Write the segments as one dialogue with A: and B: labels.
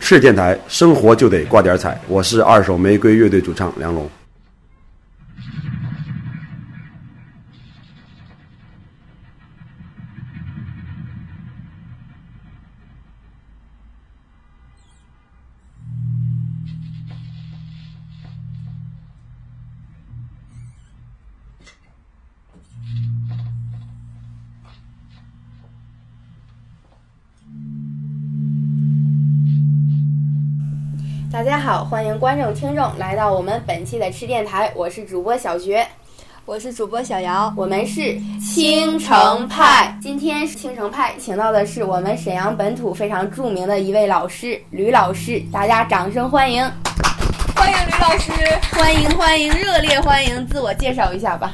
A: 是电台，生活就得挂点彩。我是二手玫瑰乐队主唱梁龙。
B: 大家好，欢迎观众听众来到我们本期的吃电台，我是主播小学，
C: 我是主播小姚，
B: 我们是青城派。今天青城派请到的是我们沈阳本土非常著名的一位老师吕老师，大家掌声欢迎，
C: 欢迎吕老师，
B: 欢迎欢迎，热烈欢迎！自我介绍一下吧。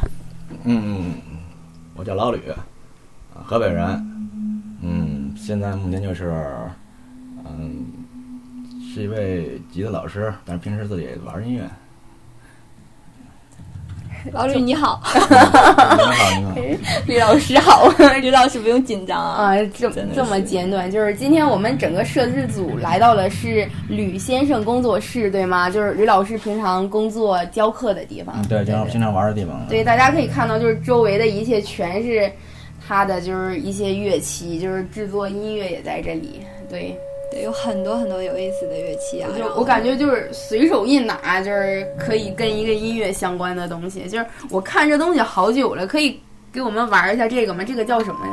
D: 嗯，我叫老吕，啊河北人。嗯，现在目前就是，嗯，是一位吉他老师，但是平时自己玩 音乐。
C: 老吕你 好，
D: 你好， 你好。
B: 吕老师好。
C: 吕老师不用紧张啊。
B: 啊，这
C: 真的是
B: 这么简短，就是今天我们整个摄制组来到的是吕先生工作室，对吗？就是吕老师平常工作教课的地方。
D: 嗯，对，经常经常玩的地方。
B: 对，大家可以看到，就是周围的一切全是他的，就是一些乐器，就是制作音乐也在这里。对，
C: 对，有很多很多有意思的乐器啊。
B: 就
C: 然后
B: 我感觉就是随手一拿，就是可以跟一个音乐相关的东西。就是我看这东西好久了，可以给我们玩一下这个吗？这个叫什么呀？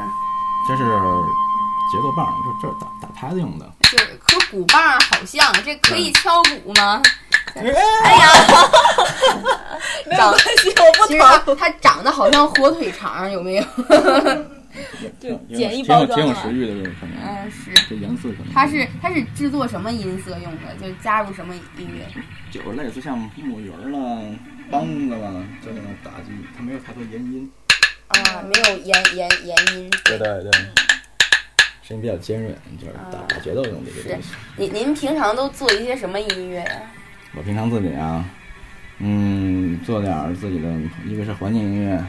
D: 这是节奏棒，这这是打打拍子用的。
B: 就是和鼓棒好像，这可
D: 嗯
B: 以敲鼓吗？哎
C: 没有关系，我不
B: 其实它它长得好像火腿肠，有没 有？
C: 对
D: 挺有
C: 简易包装啊
D: 挺有食欲的这个可能，
B: 嗯，是。
D: 这颜色可能。
B: 它是它是制作什么音色用的？就加入什么音乐？
D: 就是类似像木鱼儿啦、梆子啦，就那种打击，它没有太多延音。
B: 啊，没有延延延音。
D: 对对对，声音比较尖锐，就是
C: 啊
D: 打打节奏用的这个东西。
B: 您您平常都做一些什么音乐呀？
D: 我平常自己啊，嗯，做点儿自己的，一个是环境音乐，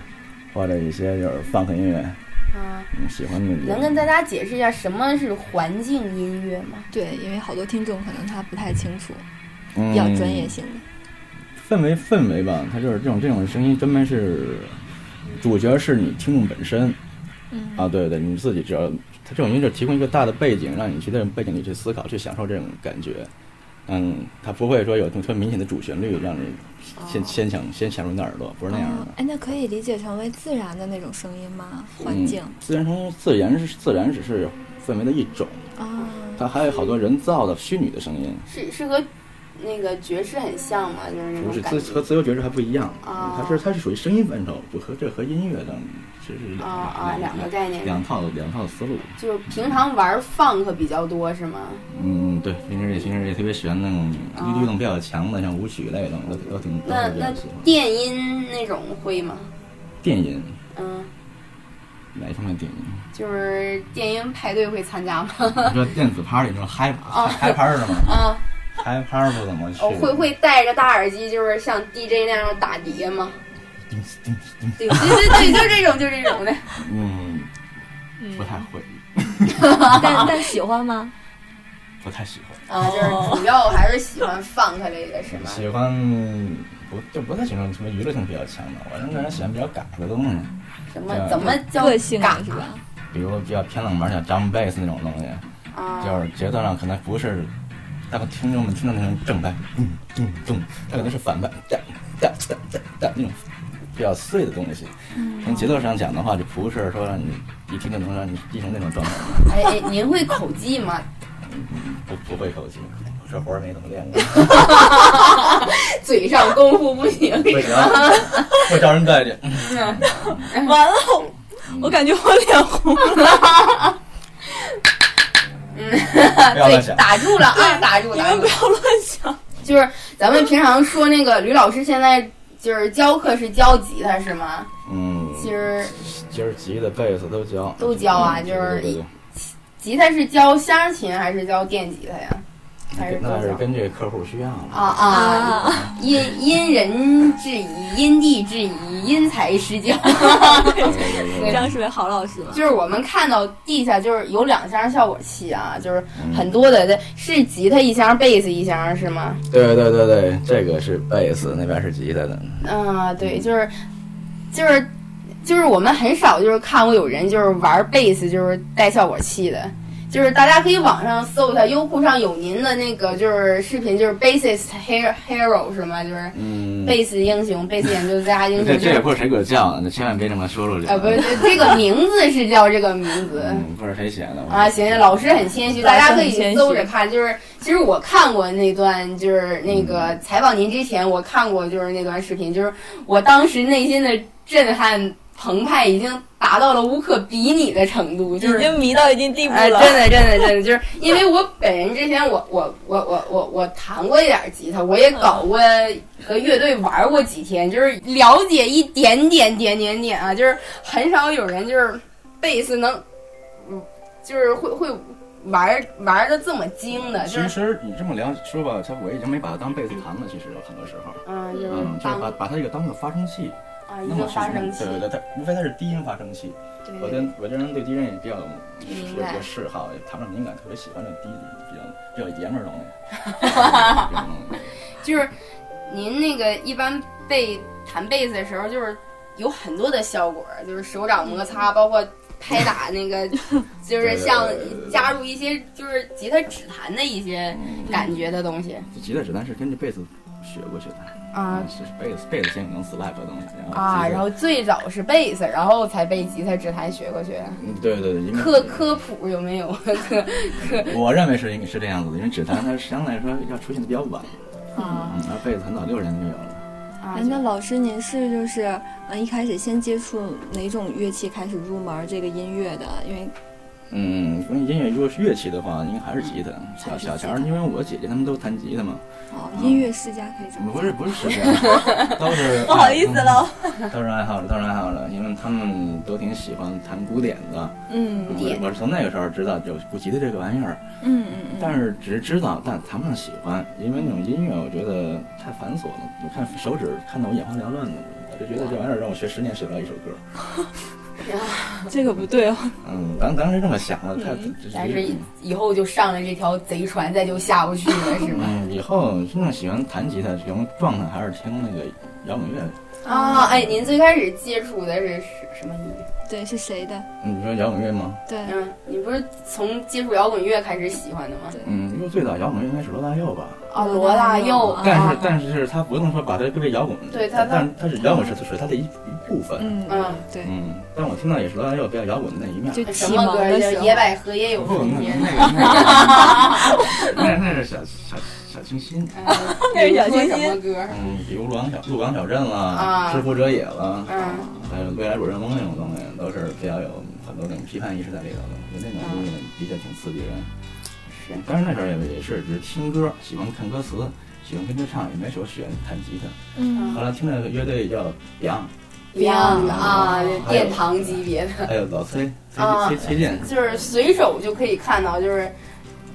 D: 或者一些就是 funk 音乐，
B: 啊，
D: 嗯，喜欢的。
B: 能跟大家解释一下什么是环境音乐吗？
C: 对，因为好多听众可能他不太清楚，
D: 嗯
C: 比较专业性的。
D: 氛围氛围吧，它就是这种这种声音，专门是主角是你听众本身
C: 嗯
D: 啊，对对，你自己只要它这种音乐提供一个大的背景，让你去在这种背景里去思考、去享受这种感觉。嗯，它不会说有特别明显的主旋律让你
B: 哦
D: 先先想先想入你的耳朵，不是那样的
C: 哦。哎，那可以理解成为自然的那种声音吗？环
D: 嗯
C: 境
D: 自然声音，自然是自然只是氛围的一种，
C: 啊，
D: 它还有好多人造的虚拟的声音，
B: 是是和那个爵士很像吗？就是那
D: 不
B: 种
D: 是
B: 感
D: 自
B: 觉
D: 和。自由爵士还不一样，嗯
B: 哦
D: 它是它是属于声音范畴，不和这和音乐的这是两
B: 哦哦两个概念
D: 两套两套思路。
B: 就是平常玩 funk 比较多是吗？
D: 嗯，对，平时也平时也特别喜欢那种
B: 哦
D: 律动比较强的，像舞曲类的东西都都挺都
B: 那
D: 比
B: 那
D: 较喜欢。
B: 电音那种会吗？
D: 电音
B: 嗯，
D: 哪一方面电音？
B: 就是电音派对会参加吗？
D: 你说电子趴里那种嗨
B: 哦
D: 嗨嗨趴的吗？
B: 啊，
D: 嗨趴不怎么去。
B: 哦，会会戴着大耳机，就是像 DJ 那样打碟吗？
D: 叮叮
B: 对
D: 叮
B: 对对对，就这种就这种的。
D: 嗯，不太会，
C: 但但喜欢吗？
D: 不太喜欢。
C: 哦
B: 啊，就是主要还是喜欢 funk 类的是吗？
D: 喜欢不就不太喜欢什么娱乐性比较强的，我这个人喜欢比较嘎的东西，
B: 什么怎么叫
C: 个性啊
B: 嘎
C: 的是吧？
D: 比如比较偏冷门像 drum bass 那种东西，
B: 啊？
D: 就是节奏上可能不是大家听众们听到那种正拍，咚咚咚，它可能是反拍，哒哒哒哒哒那种比较碎的东西。
B: 嗯
D: 从节奏上讲的话，就不是说让你一听就能让你一成那种状态，
B: 哎哎，您会口技吗？
D: 不不会口技，这活儿没怎么练过，
B: 嘴上功夫不行。
D: 不 行，不招人待见。
C: 完了，我感觉我脸红了。
D: 不要乱
B: 对，
D: 想
B: 打住了啊，打住，
C: 你
B: 打
C: 们
B: 住
C: 不。要乱 想。
B: 就是咱们平常说那个吕老师现在就是教课是教吉他是吗？
D: 嗯，
B: 其实
D: 今儿吉的贝斯都教，
B: 都教啊
D: 嗯
B: 就是
D: 对对对
B: 吉他是教弦儿琴还是教电吉他呀？还是
D: 那
B: 多
D: 是
B: 角？
D: 根据客户需要了。
B: 啊啊，因因人制宜，因地制宜，因材施教。
C: 这样是位好老师吗？
B: 就是我们看到地下就是有两箱效果器啊，就是 很多的，是吉他一箱，贝斯一箱是吗？
D: 对对对对，这个是贝斯，那边是吉他的。
B: 啊，
D: 嗯
B: 对，就是，就是，就是我们很少就是看过有人就是玩贝斯就是带效果器的，就是大家可以网上搜一下，优酷上有您的那个就是视频，就是 bassist hero hero 是吗？就是
D: 嗯，
B: 贝斯英雄，贝斯演奏家英
D: 这
B: 雄，就
D: 这也
B: 是
D: 不是谁给我叫的，千万别这么说出去。
B: 啊，不是这个名字是叫这个名字。
D: 嗯，不是谁写的。
B: 啊，行，老师很谦虚，
C: 老
B: 大
C: 师
B: 家可
C: 很谦
B: 以
C: 虚
B: 搜着看。就是其实我看过那段，就是那
C: 嗯
B: 个采访您之前，我看过就是那段视频，就是我当时内心的震撼澎湃已经达到了无可比拟的程度，就
C: 已
B: 是。
C: 经迷到一定地步
B: 哎，真
C: 了。
B: 的，真的，真的，就是因为我本人之前我，我我我我我弹过一点吉他，我也搞过和乐队玩过几天，就是了解一点点点点点啊，就是很少有人就是贝斯能，嗯，就是会会玩玩的这么精的，就
D: 其
B: 是
D: 实你这么聊说吧，他我已经没把它当贝斯弹了。其实有很多时候，
B: 嗯，就是
D: 嗯，就是
B: 当
D: 把把它这个当个发声器，
B: 啊一
D: 那
B: 个
D: 么
B: 发声器，
D: 对对对，它无非它是低音发声器。
B: 对
D: 我
B: 对
D: 跟我这人对低音也比较有
B: 明
D: 有
B: 白
D: 有嗜好，也谈不上敏感，特别喜欢这种低音比较比较爷们儿的东西。这种东西
B: 就是您那个一般贝弹贝斯的时候，就是有很多的效果，就是手掌摩擦，包括拍打那 个，就是像
D: 对对对对对
B: 加入一些就是吉他指弹的一些
D: 嗯
B: 感觉的东西
D: 这吉他指弹是根据贝斯学过去的，
B: 啊
D: 嗯，是贝斯贝斯先能 slap 的东西，然后
B: 啊，
D: 吉他
B: 然后最早是贝斯，然后才被吉他指弹学过去。
D: 嗯对对对，因为
B: 科科普有没有？科
D: 我认为是应该是这样子的，因为指弹它相对来说要出现的比较晚，
B: 啊
D: 嗯，而贝斯很早六十年就有了。
B: 啊
D: 嗯
C: 哎，那老师您是就是嗯一开始先接触哪种乐器开始入门这个音乐的？因为
D: 嗯，关于音乐如果是乐器的话，应该还是吉他。小
C: 还是
D: 小
C: 吉
D: 乔，
C: 他
D: 因为我姐姐她们都弹吉他嘛，嗯
C: 哦音乐世家可以这么
D: 不
C: 说。
D: 是不是这样，都是
C: 不好意思喽，
D: 嗯都是爱好者，都是爱好者，因为他们都挺喜欢弹古典的。
C: 嗯
D: 我我是从那个时候知道有古吉他这个玩意儿，
C: 嗯嗯嗯，
D: 但是只知道，但谈不上喜欢，因为那种音乐我觉得太繁琐了。我看手指看得我眼花缭乱的，我就觉得这玩意儿让我学十年学不了一首歌。
C: 这个不对哦。
D: 嗯，当当时这么想的，太
C: 嗯
D: 只
B: 但是以后就上了这条贼船，再就下不去了，是吗？
D: 嗯，以后真正喜欢弹吉他这种状态，还是听那个摇滚乐。
B: 啊，哎，您最开始接触的是什什么音乐？
C: 对，是谁的？
D: 嗯你说摇滚乐吗？
C: 对，
B: 嗯，你不是从接触摇滚乐开始喜欢的吗？
D: 嗯，因为最早摇滚乐应该是罗大佑吧，
B: 哦，罗大佑
C: 啊
D: 但是但是他不能说把它归为摇滚，
B: 对他他
D: 但是他是摇滚是属于他的一一部分。
C: 嗯
B: 嗯
C: 对，
D: 嗯，但我听到也是罗大佑比较摇滚的那一面。
C: 就
B: 什
C: 启
B: 么
C: 蒙
B: 歌
C: 的
B: 儿？就
C: 时
B: 是
C: 候
B: 野百合也有
D: 不，
B: 春
D: 那
B: 天。
D: 那个那那那是小小小清新，
B: 嗯
C: 那是小
B: 比如
C: 清
B: 说
C: 新
B: 什么歌？
D: 嗯，比如《鹿港小鹿港小镇》啦，
B: 啊
D: 知乎者也》啦，
B: 嗯，
D: 还有《未来主人翁》那种东西，都是比较有很多那种批判意识在里头的。我觉得那种东西
B: 嗯
D: 的确挺刺激人。
B: 是
D: 但是那时候也也是只是听歌，喜欢看歌词，喜欢跟着唱，也没说喜欢弹吉他。
C: 嗯
D: 后来听那个乐队叫 Beyond，
B: Beyond 啊，
D: 还有
B: 殿堂级别的，
D: 还有老崔崔
B: 啊
D: 崔崔健，
B: 就是随手就可以看到，就是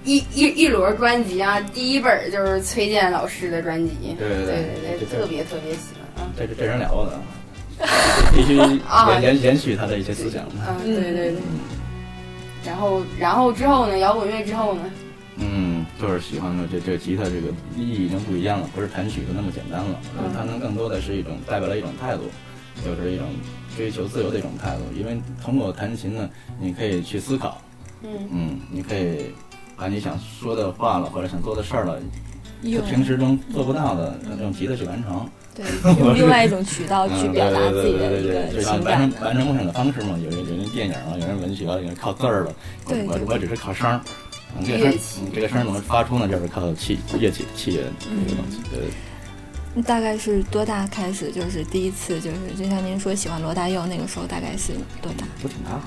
B: 一一一轮专辑啊，第一本就是崔健老师的专辑，
D: 对对
B: 对
D: 对
B: 对
D: 这
B: 对，特别特别喜欢啊，
D: 这这这人了不 得，必须
B: 啊
D: 延延延续他的一些思想。
B: 嗯，对对对。然后，然后之后呢？摇滚乐之后呢？
D: 嗯，就是喜欢的这这吉他这个意义已经不一样了，不是弹曲的那么简单了，我觉得它能更多的是一种代表了一种态度，就是一种追求自由的一种态度。因为通过弹琴呢，你可以去思考，
B: 嗯
D: 嗯，你可以把你想说的话了或者想做的事儿了，在
C: 用
D: 平时中做不到的，用吉他去完成，
C: 对用另外一种渠道去
D: 嗯
C: 表达
D: 对
C: 自
D: 对
C: 己的
D: 对
C: 一
D: 对
C: 个
D: 对，就像
C: 情
D: 完
C: 感
D: 成完成
C: 的。
D: 梦想的方式嘛，有人有人电影啊，有人文学啊，有人靠字儿了，我
C: 对
D: 我
C: 对
D: 我只是靠声儿。嗯这
B: 乐
D: 个
B: 器
D: 声，嗯这个声儿怎么发出呢？就是靠器乐器器乐这个东
C: 嗯
D: 西。对，
C: 你大概是多大开始？就是第一次，就是就像您说喜欢罗大佑那个时候，大概是多大？
D: 都挺大。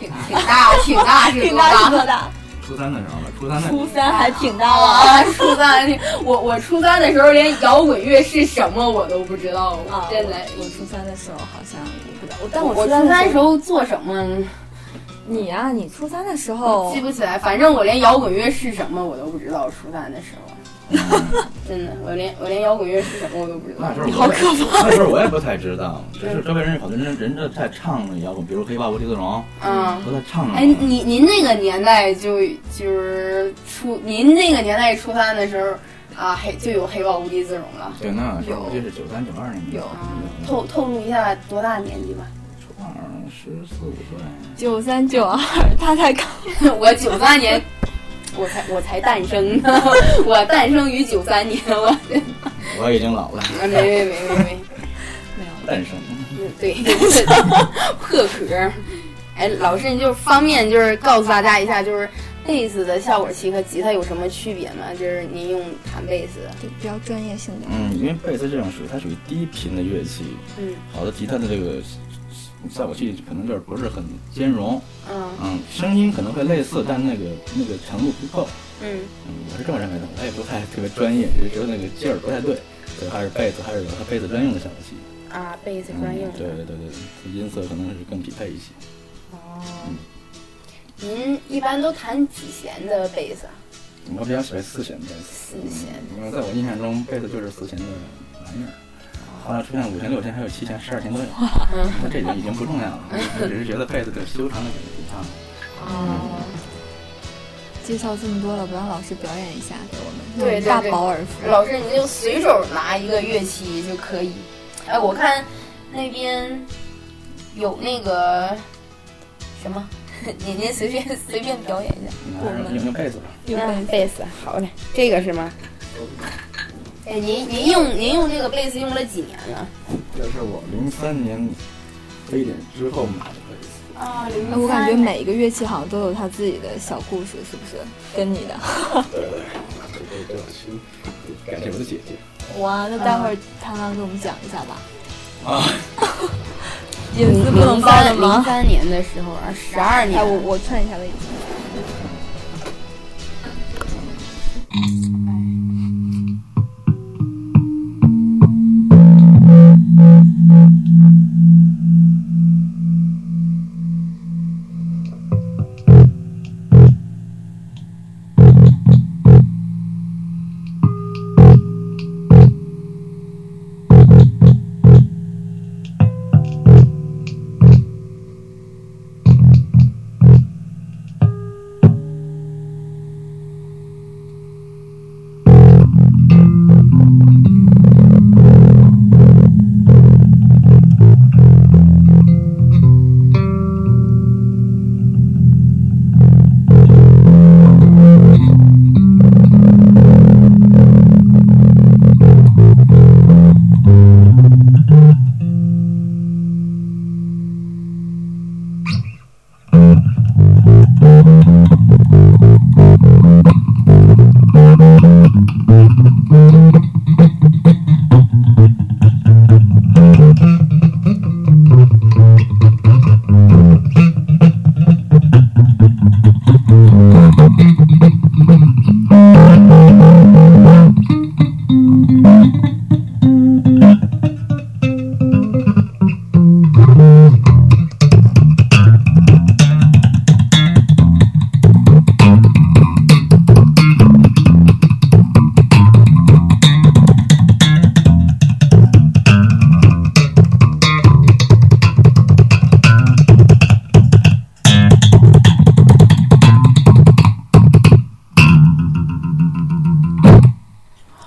B: 挺挺大， 挺大是多大？
C: 多大？
D: 初三的时候吧，初三的
C: 三还挺大了。
B: 啊，初三，我我初三的时候连摇滚乐是什么我都不知道，
C: 啊，
B: 真的。
C: 我初三的时候好像不知道，我但
B: 我
C: 我
B: 初三时
C: 候
B: 候做什么？
C: 你啊，你初三的时候
B: 记不起来，反正我连摇滚乐是什么我都不知道。初三的时 候，真的，我连我连摇滚乐是什么我都不知道
D: 那时。候好可怕！那时候我也不太知道，只是周围人好多人人这在唱摇滚，比如黑豹、无地自容，
B: 嗯，
D: 都在唱啊
B: 哎，你您那个年代就就是初，您那个年代初三的时候啊，黑就有黑豹无地自容了。
D: 对，那时候就是九三九二年，嗯
C: 有
B: 透透露一下多大年纪吧？
D: 初二十四五岁，
C: 九三九二， 他才刚
B: 我九三年，我才我才诞生呢， 我诞生于九三年，我
D: 我已经老了，
B: 没没没没没。嗯
C: 没有
D: 诞生。
B: 对，破壳。哎，老师，你就是方便就是告诉大家一下，就是贝斯的效果器和吉他有什么区别吗？就是您用弹贝斯，
C: 对比较专业性的，
D: 嗯，因为贝斯这种属于它属于低频的乐器，
B: 嗯
D: 好的吉他的这个效果器可能就是不是很兼容，
B: 嗯
D: 嗯，声音可能会类似，但那个那个程度不够。
B: 嗯
D: 嗯，我是这么认为的，我也不太特别专业，只是觉得那个劲儿不太对，所以还是贝斯还是有它贝斯专用的小器。
B: 啊，贝斯
D: 嗯，
B: 专用
D: 对
B: 的。
D: 对对对，音色可能是更匹配一些。
B: 哦，您一般都弹几弦的贝斯啊？
D: 我比较喜欢四弦贝
B: 四
D: 斯，
B: 弦。
D: 因为在我印象中，贝斯就是四弦的玩意儿。后来出现五弦、六弦，还有七弦、十二弦都有。那这已经已经不重要了，我只是觉得贝斯的修长的感觉啊。
B: 哦，
C: 介绍这么多了，不让老师表演一下给我们，
B: 对对
C: 大
B: 对
C: 饱耳福。
B: 老师，你就随手拿一个乐器就可以。哎，我看那边有那个什么， 您您随便随便表演一下。
D: 你还是用用贝斯吧。
C: 有贝
B: 贝斯，好嘞，这个是吗？哎，您您用您用这个贝斯用了几年了？
D: 这是我零三年非典之后买的贝斯。
B: 啊，
C: 哎我感觉每一个乐器好像都有它自己的小故事，是不是？跟你的。
D: 对对对，这这这感谢我的姐姐。
C: 哇，那待会儿汤汤给我们讲一下吧。
D: 啊，
C: 隐私不能
B: 零
C: 报的
B: 三零
C: 吗？
B: 三年的时候啊，十二年
C: 哎，我我串一下位置。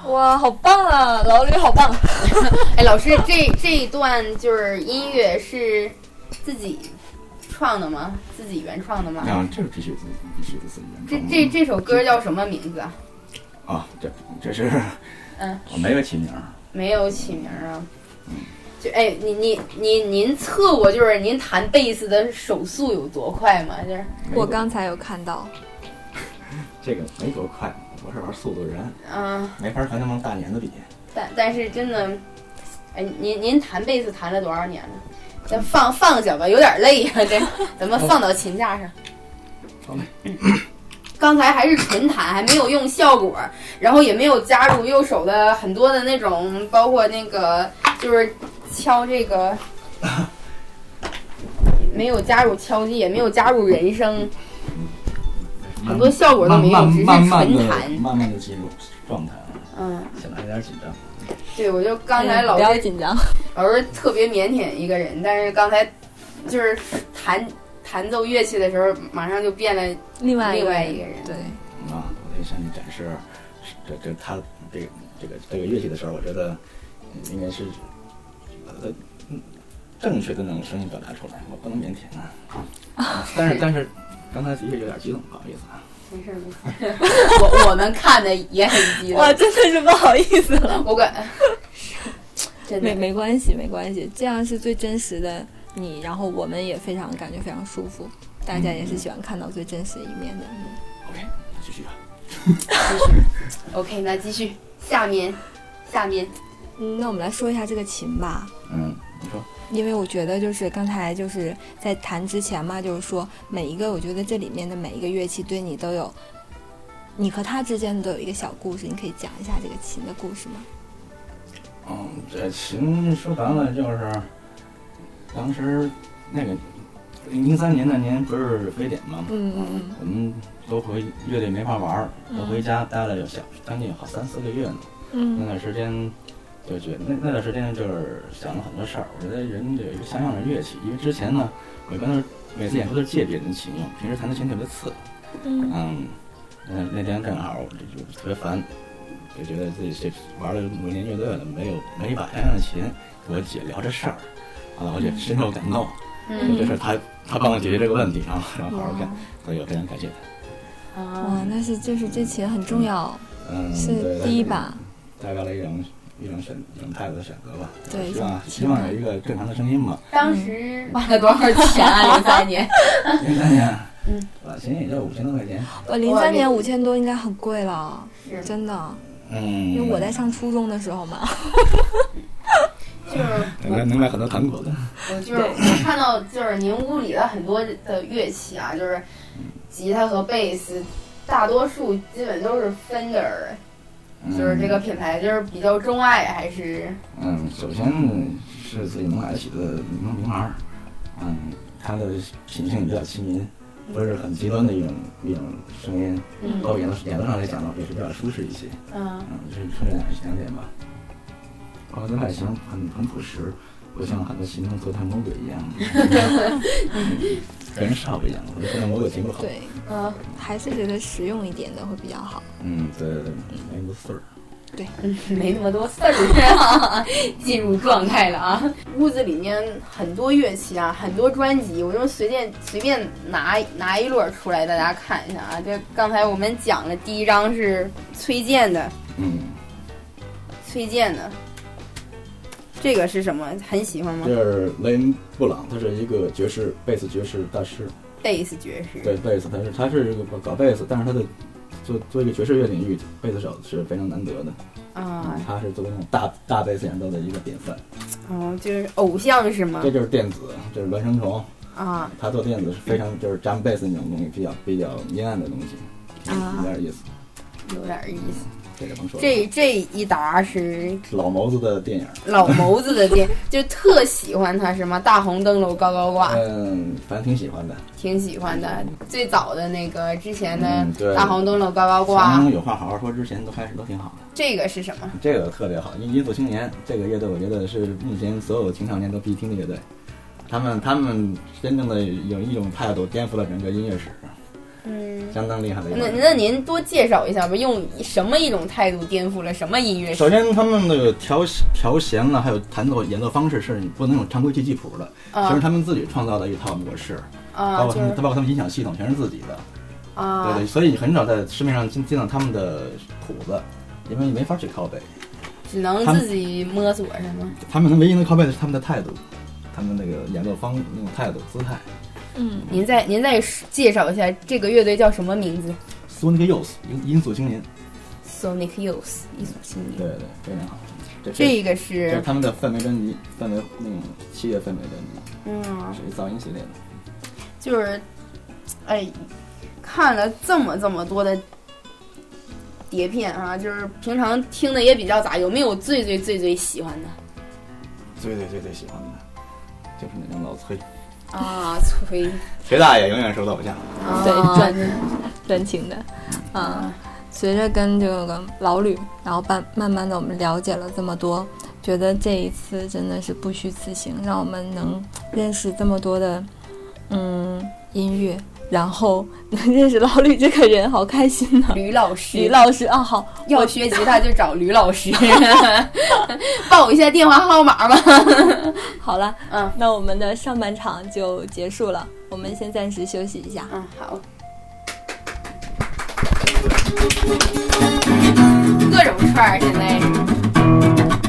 C: 哇，好棒啊，老吕好棒！
B: 哎，老师，这这一段就是音乐是自己创的吗？自己原创的吗？
D: 啊，这是必须的，必须的自己
B: 这
D: 原创的
B: 这这首歌叫什么名字啊？
D: 啊，这这是
B: 嗯，
D: 我没有起名儿，
B: 没有起名儿啊。就哎，你你你您测过就是您弹贝斯的手速有多快吗？就是
D: 没有
C: 我刚才有看到，
D: 这个没多快，我是玩速度人，
B: 嗯、
D: 没法和他们大年的比。
B: 但但是真的，哎，您您弹贝斯弹了多少年了？咱放放下吧，有点累呀、 这咱们放到琴架上。
D: 好嘞
B: 嗯。刚才还是纯弹，还没有用效果，然后也没有加入右手的很多的那种，包 括那个就是敲这个，没有加入敲击，也没有加入人声，很多 效果都没有，
D: 慢
B: 只是
D: 慢慢
B: 纯
D: 的
B: 弹。
D: 慢慢的进入状态啊，
B: 嗯，
D: 显得有点紧张。
B: 对，我就刚才老师
C: 不要紧张，
B: 老师特别腼腆一个人，但是刚才就是弹弹奏乐器的时候，马上就变了
C: 另外
B: 另外
C: 一
B: 一
C: 个
B: 个人。
C: 对，
D: 啊，我就向你展示这这他这个这个这个乐器的时候，我觉得嗯应该是把它嗯正确的那种声音表达出来，我不能腼腆啊。 但是但是刚才的确有点激动，不好意思啊。
B: 没事没事， 我我们看的也很激动，
C: 哇，真的是不好意思了。
B: 我 感真的
C: 没没关系，没关系，这样是最真实的你，然后我们也非常感觉非常舒服，大家
B: 嗯
C: 也是喜欢看到最真实的一面的。
D: OK，继续吧。啊
B: OK，那继续下面下面
C: 嗯，那我们来说一下这个琴吧。
D: 嗯，你说
C: 因为我觉得就是刚才就是在弹之前嘛，就是说每一个，我觉得这里面的每一个乐器对你都有，你和它之间都有一个小故事，你可以讲一下这个琴的故事吗？
D: 嗯，这琴说白了就是，当时那个零三年那年不是非典嘛，
C: 嗯嗯
D: 我们都回乐队没法玩儿，
B: 嗯
D: 都回家待了有小将近有好三四个月呢。那
C: 嗯
D: 段时间就觉得那那段时间就是想了很多事儿。我觉得人得有一个像样的乐器，因为之前呢，我一般都是每次演出都是借别人的琴用，平时弹的琴特别次。
C: 嗯
D: 嗯，那那天正好我就就特别烦，就觉得自己这玩了五年乐队了，没有没一把像样的琴。跟我姐聊这事儿，啊，我姐深受感动，
C: 嗯
D: 就
B: 嗯
D: 这事儿她她帮我解决这个问题，然后然后嗯好好干，所以我非常感谢她。
C: 嗯
B: 嗯
C: 哇，那是就是这琴很重要，
D: 嗯，
C: 是
D: 对
C: 第一把，
D: 大概的一种一种选一种态度的选择吧。
C: 对
D: 希望
C: 一种
D: 希望有一个正常的声音 吧。
B: 当时
C: 嗯
B: 花了多少钱啊？零三年，
D: 零三年，
B: 嗯，
D: 我琴也就五千多块钱。
C: 我零
B: 哇
C: 三
B: 你
C: 年五千多应该很贵了，
B: 是
C: 真的，
D: 嗯，
C: 因为我在上初中的时候嘛，
B: 就是
D: 能买能买很多糖果的。
B: 我就是我看到就是您屋里的很多的乐器啊，就是吉他和贝斯，大多数基本都是 Fender，就是
C: 嗯
B: 这个品牌就是比较钟爱还是
D: 嗯，首先是自己能买得起的名名牌儿，嗯，它的品性也比较亲民，不是很极端的一种一种声音，
B: 嗯
D: 包括演奏演奏上来讲呢，也是比较舒适一些。
B: 嗯
D: 嗯，这是这两两点吧。包括它外形很很朴实，不像很多形状做成魔鬼一样，跟人少不一样，我觉得魔鬼挺不好。
C: 对，
B: 嗯
C: 还是觉得实用一点的会比较好。
D: 嗯，对对对，没个穗儿。
B: 嗯，没那么多事 儿，进入状态了啊。屋子里面很多乐器啊，很多专辑，我就随便随便拿拿一摞出来，大家看一下啊。这刚才我们讲的第一张是崔健的，
D: 嗯，
B: 崔健的，这个是什么？很喜欢吗
D: 这？是雷恩·布朗，他是一个爵士贝斯爵士大师。
B: 贝斯爵士。
D: 对贝斯，他是他是一个搞贝斯，但是他的做做一个爵士乐领域，贝斯手是非常难得的。
B: 啊，
D: 他是作为那种大大贝斯演奏的一个典范。
B: 哦，就是偶像是吗
D: 这？就是电子，这是孪生虫，
B: 啊，
D: 他做电子是非常就是 jam bass 那种东西，比较比较阴暗的东西，有点意思。
B: 有点意思。
D: 这个甭说了。
B: 啊这这一沓是
D: 老谋子的电影，
B: 老谋子的店，就特喜欢他是吗？大红灯笼高高挂，
D: 嗯，反正挺喜欢的。
B: 挺喜欢的。最早的那个之前
D: 嗯
B: 的
D: 对
B: 大红灯笼高高挂
D: 咱，们有话好好说，之前都开始都挺好的。
B: 这个是什么？
D: 这个特别好，因因素青年这个乐队，我觉得是目前所有青少年都必听的乐队。他们他们真正的有一种态度，颠覆了整个音乐史，
B: 嗯，
D: 相当厉害的一个
B: 那
D: 人。
B: 那您多介绍一下吧，用什么一种态度颠覆了什么音乐史？
D: 首先他们的调调弦了，还有弹奏演奏方式是你不能有常规记记谱的，全是
B: 啊
D: 他们自己创造的一套模式。包
B: 啊，
D: 括
B: 就
D: 他们，
B: 是
D: 包括他们音响系统全是自己的，嗯对
B: 啊
D: 对，，所以很少在市面上见见到他们的谱子，因为没法去拷贝。
B: 只能
D: 他们
B: 自己摸索是吗？
D: 他们唯一能拷贝的是他们的态度，他们那个演奏方那种态度、姿态。
C: 嗯，
B: 您再您再介绍一下这个乐队叫什么名字
D: Sonic Youth 音音速青年，
B: ？Sonic Youth 艺术青
D: 对
B: 年，
D: 对，非常好。这
B: 这个
D: 这是
B: 是
D: 他们的氛围专辑，氛围那种七月氛围专
B: 嗯
D: 辑，，属于噪音系列的。
B: 就是，哎，看了这么这么多的碟片啊，就是平常听的也比较杂，有没有最最最最喜欢的？
D: 最最最最喜欢的，就是那种老崔，
B: 啊，崔
D: 崔大爷永远是我的偶像。
B: 啊，
C: 对，专专情的，嗯，随着跟这个老吕，然后慢慢慢的我们了解了这么多，觉得这一次真的是不虚此行，让我们能认识这么多的，嗯，音乐，然后能认识老吕这个人，好开心呐、
B: 吕老师，
C: 吕老师啊，好，
B: 要学吉他就找吕老 师，报一下电话号码吧。
C: 好了，
B: 嗯
C: 那我们的上半场就结束了，我们先暂时休息一下。
B: 嗯，好。各种串儿，现在是。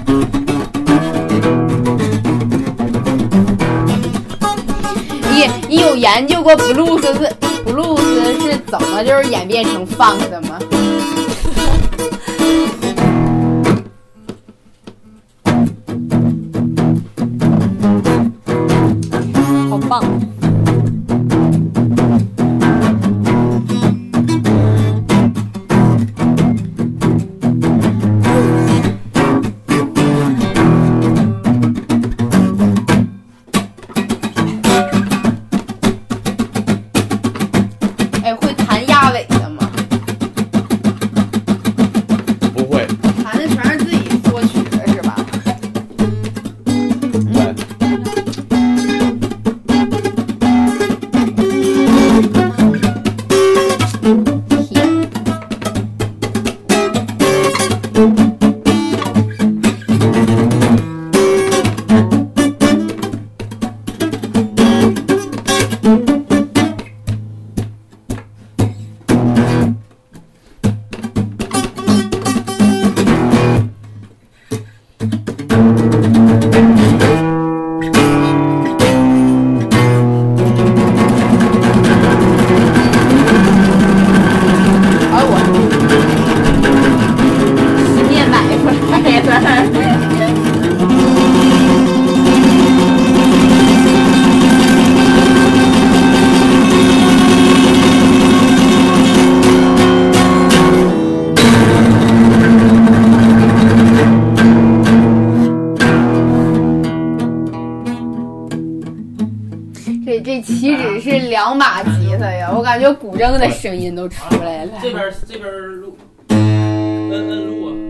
B: 你你有研究过布鲁斯是布鲁斯是怎么就是演变成 funk 的吗？
C: 好棒！
B: 哎，会弹压尾的吗？
D: 不会，
B: 弹的全是自己作曲的是吧？嗯
D: 不会。
B: 哎我，十面买回来的。这这岂止是两把吉他呀！我感觉古筝的声音都出来了。
E: 这边这边录，摁摁录啊。